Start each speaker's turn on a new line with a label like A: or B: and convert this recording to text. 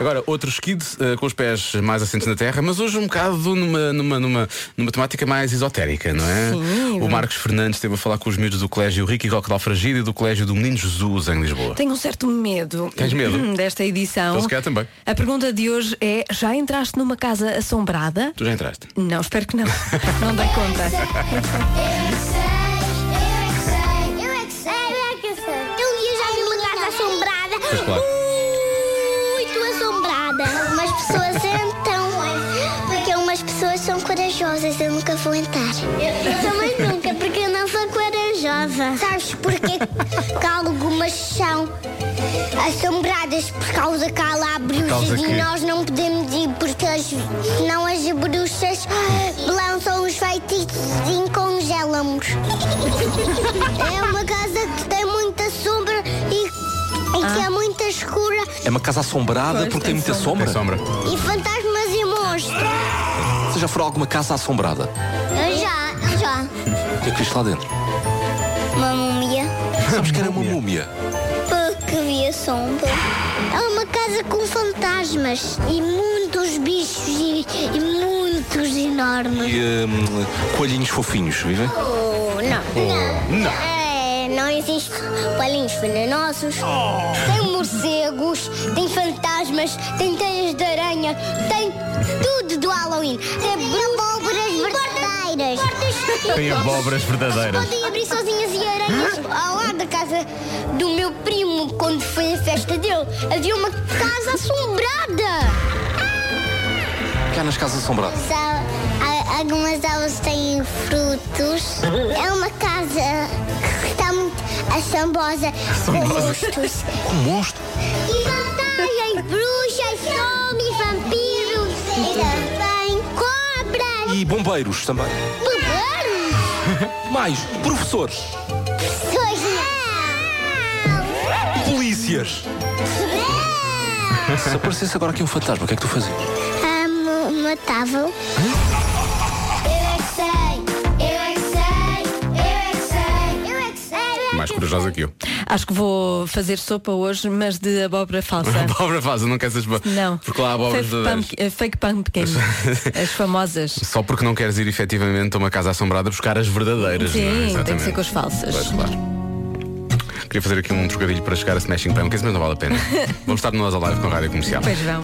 A: Agora, outro skid eh, com os pés mais assentes na terra, mas hoje um bocado numa, numa, numa, numa temática mais esotérica, não é?
B: Sim.
A: O Marcos Fernandes esteve a falar com os miúdos do Colégio Ricky Roque de Alfragide e do Colégio do Menino Jesus em Lisboa.
B: Tenho um certo medo
A: Tens medo?
B: hum, desta edição.
A: Então, se calhar, também.
B: A pergunta de hoje é, já entraste numa casa assombrada?
A: Tu já entraste?
B: Não, espero que não. não dei conta.
C: Eu é que sei, eu é que sei. Eu viajava numa casa assombrada.
A: Pois claro.
C: Muito assombrada. Umas pessoas entram. Porque umas pessoas são corajosas. Eu nunca vou entrar. Eu, também nunca, porque eu não sou corajosa. Sabes porquê que algumas são assombradas? Por causa que há lá
A: causa
C: bruxas
A: que-
C: e nós não podemos ir porque as, senão as bruxas lançam os feitiços e congelam-nos. É uma casa que tem muita sombra e, e que é muito escura
D: É uma casa assombrada
B: Pois,
D: porque
B: tem
D: tem muita
A: Tem
D: sombra.
A: sombra.
C: e fantasmas e monstros.
D: Você já foi a alguma casa assombrada?
C: Eu já, eu já.
D: O que é que viste lá dentro?
C: Uma múmia.
D: Sabes que era uma múmia.
C: Porque havia sombra. É uma casa com fantasmas e muitos bichos e, e muitos enormes.
D: E hum, coelhinhos fofinhos, vivem?
C: Oh, não. Não. não. É, não existe palhinhos venenosos.
E: Oh.
C: Tem morcegos, tem fantasmas, tem teias de aranha, tem tudo do Halloween. Tem abóboras verdadeiras.
E: Tem abóboras verdadeiras.
C: Podem abrir sozinhas e aranhas. Ao lado da casa do meu primo, quando foi a festa dele, havia uma casa assombrada.
D: Cá nas casas assombradas.
C: Al- a- Algumas aulas têm frutos. É uma casa que está muito assombrosa com monstros.
D: Um monstro.
C: E fantasmas, bruxas, zombies, vampiros e também cobras,
D: E bombeiros também.
C: bebês,
D: Mais, professores,
C: é. sonhos.
D: polícias.
C: é.
D: Se aparecesse agora aqui um fantasma, o que é que tu fazias?
C: Ah, matava. Eu é que sei, eu é que sei, eu é que sei, eu é que sei.
A: Mais corajosa que eu.
B: Acho que vou fazer sopa hoje, mas de abóbora falsa.
A: Abóbora faz, eu não quero essas bo-
B: Não.
A: Porque lá há abóboras
B: fake,
A: verdadeiras.
B: pumpkin, fake pumpkin. As famosas.
A: Só porque não queres ir efetivamente a uma casa assombrada buscar as verdadeiras. não é?
B: Sim, tem que
A: Exatamente.
B: ser com as falsas.
A: Pois, claro. Queria fazer aqui um trocadilho para chegar a Smashing Pumpkins, mas não vale a pena. Vamos estar nós ao live com a Rádio Comercial.
B: Pois vão.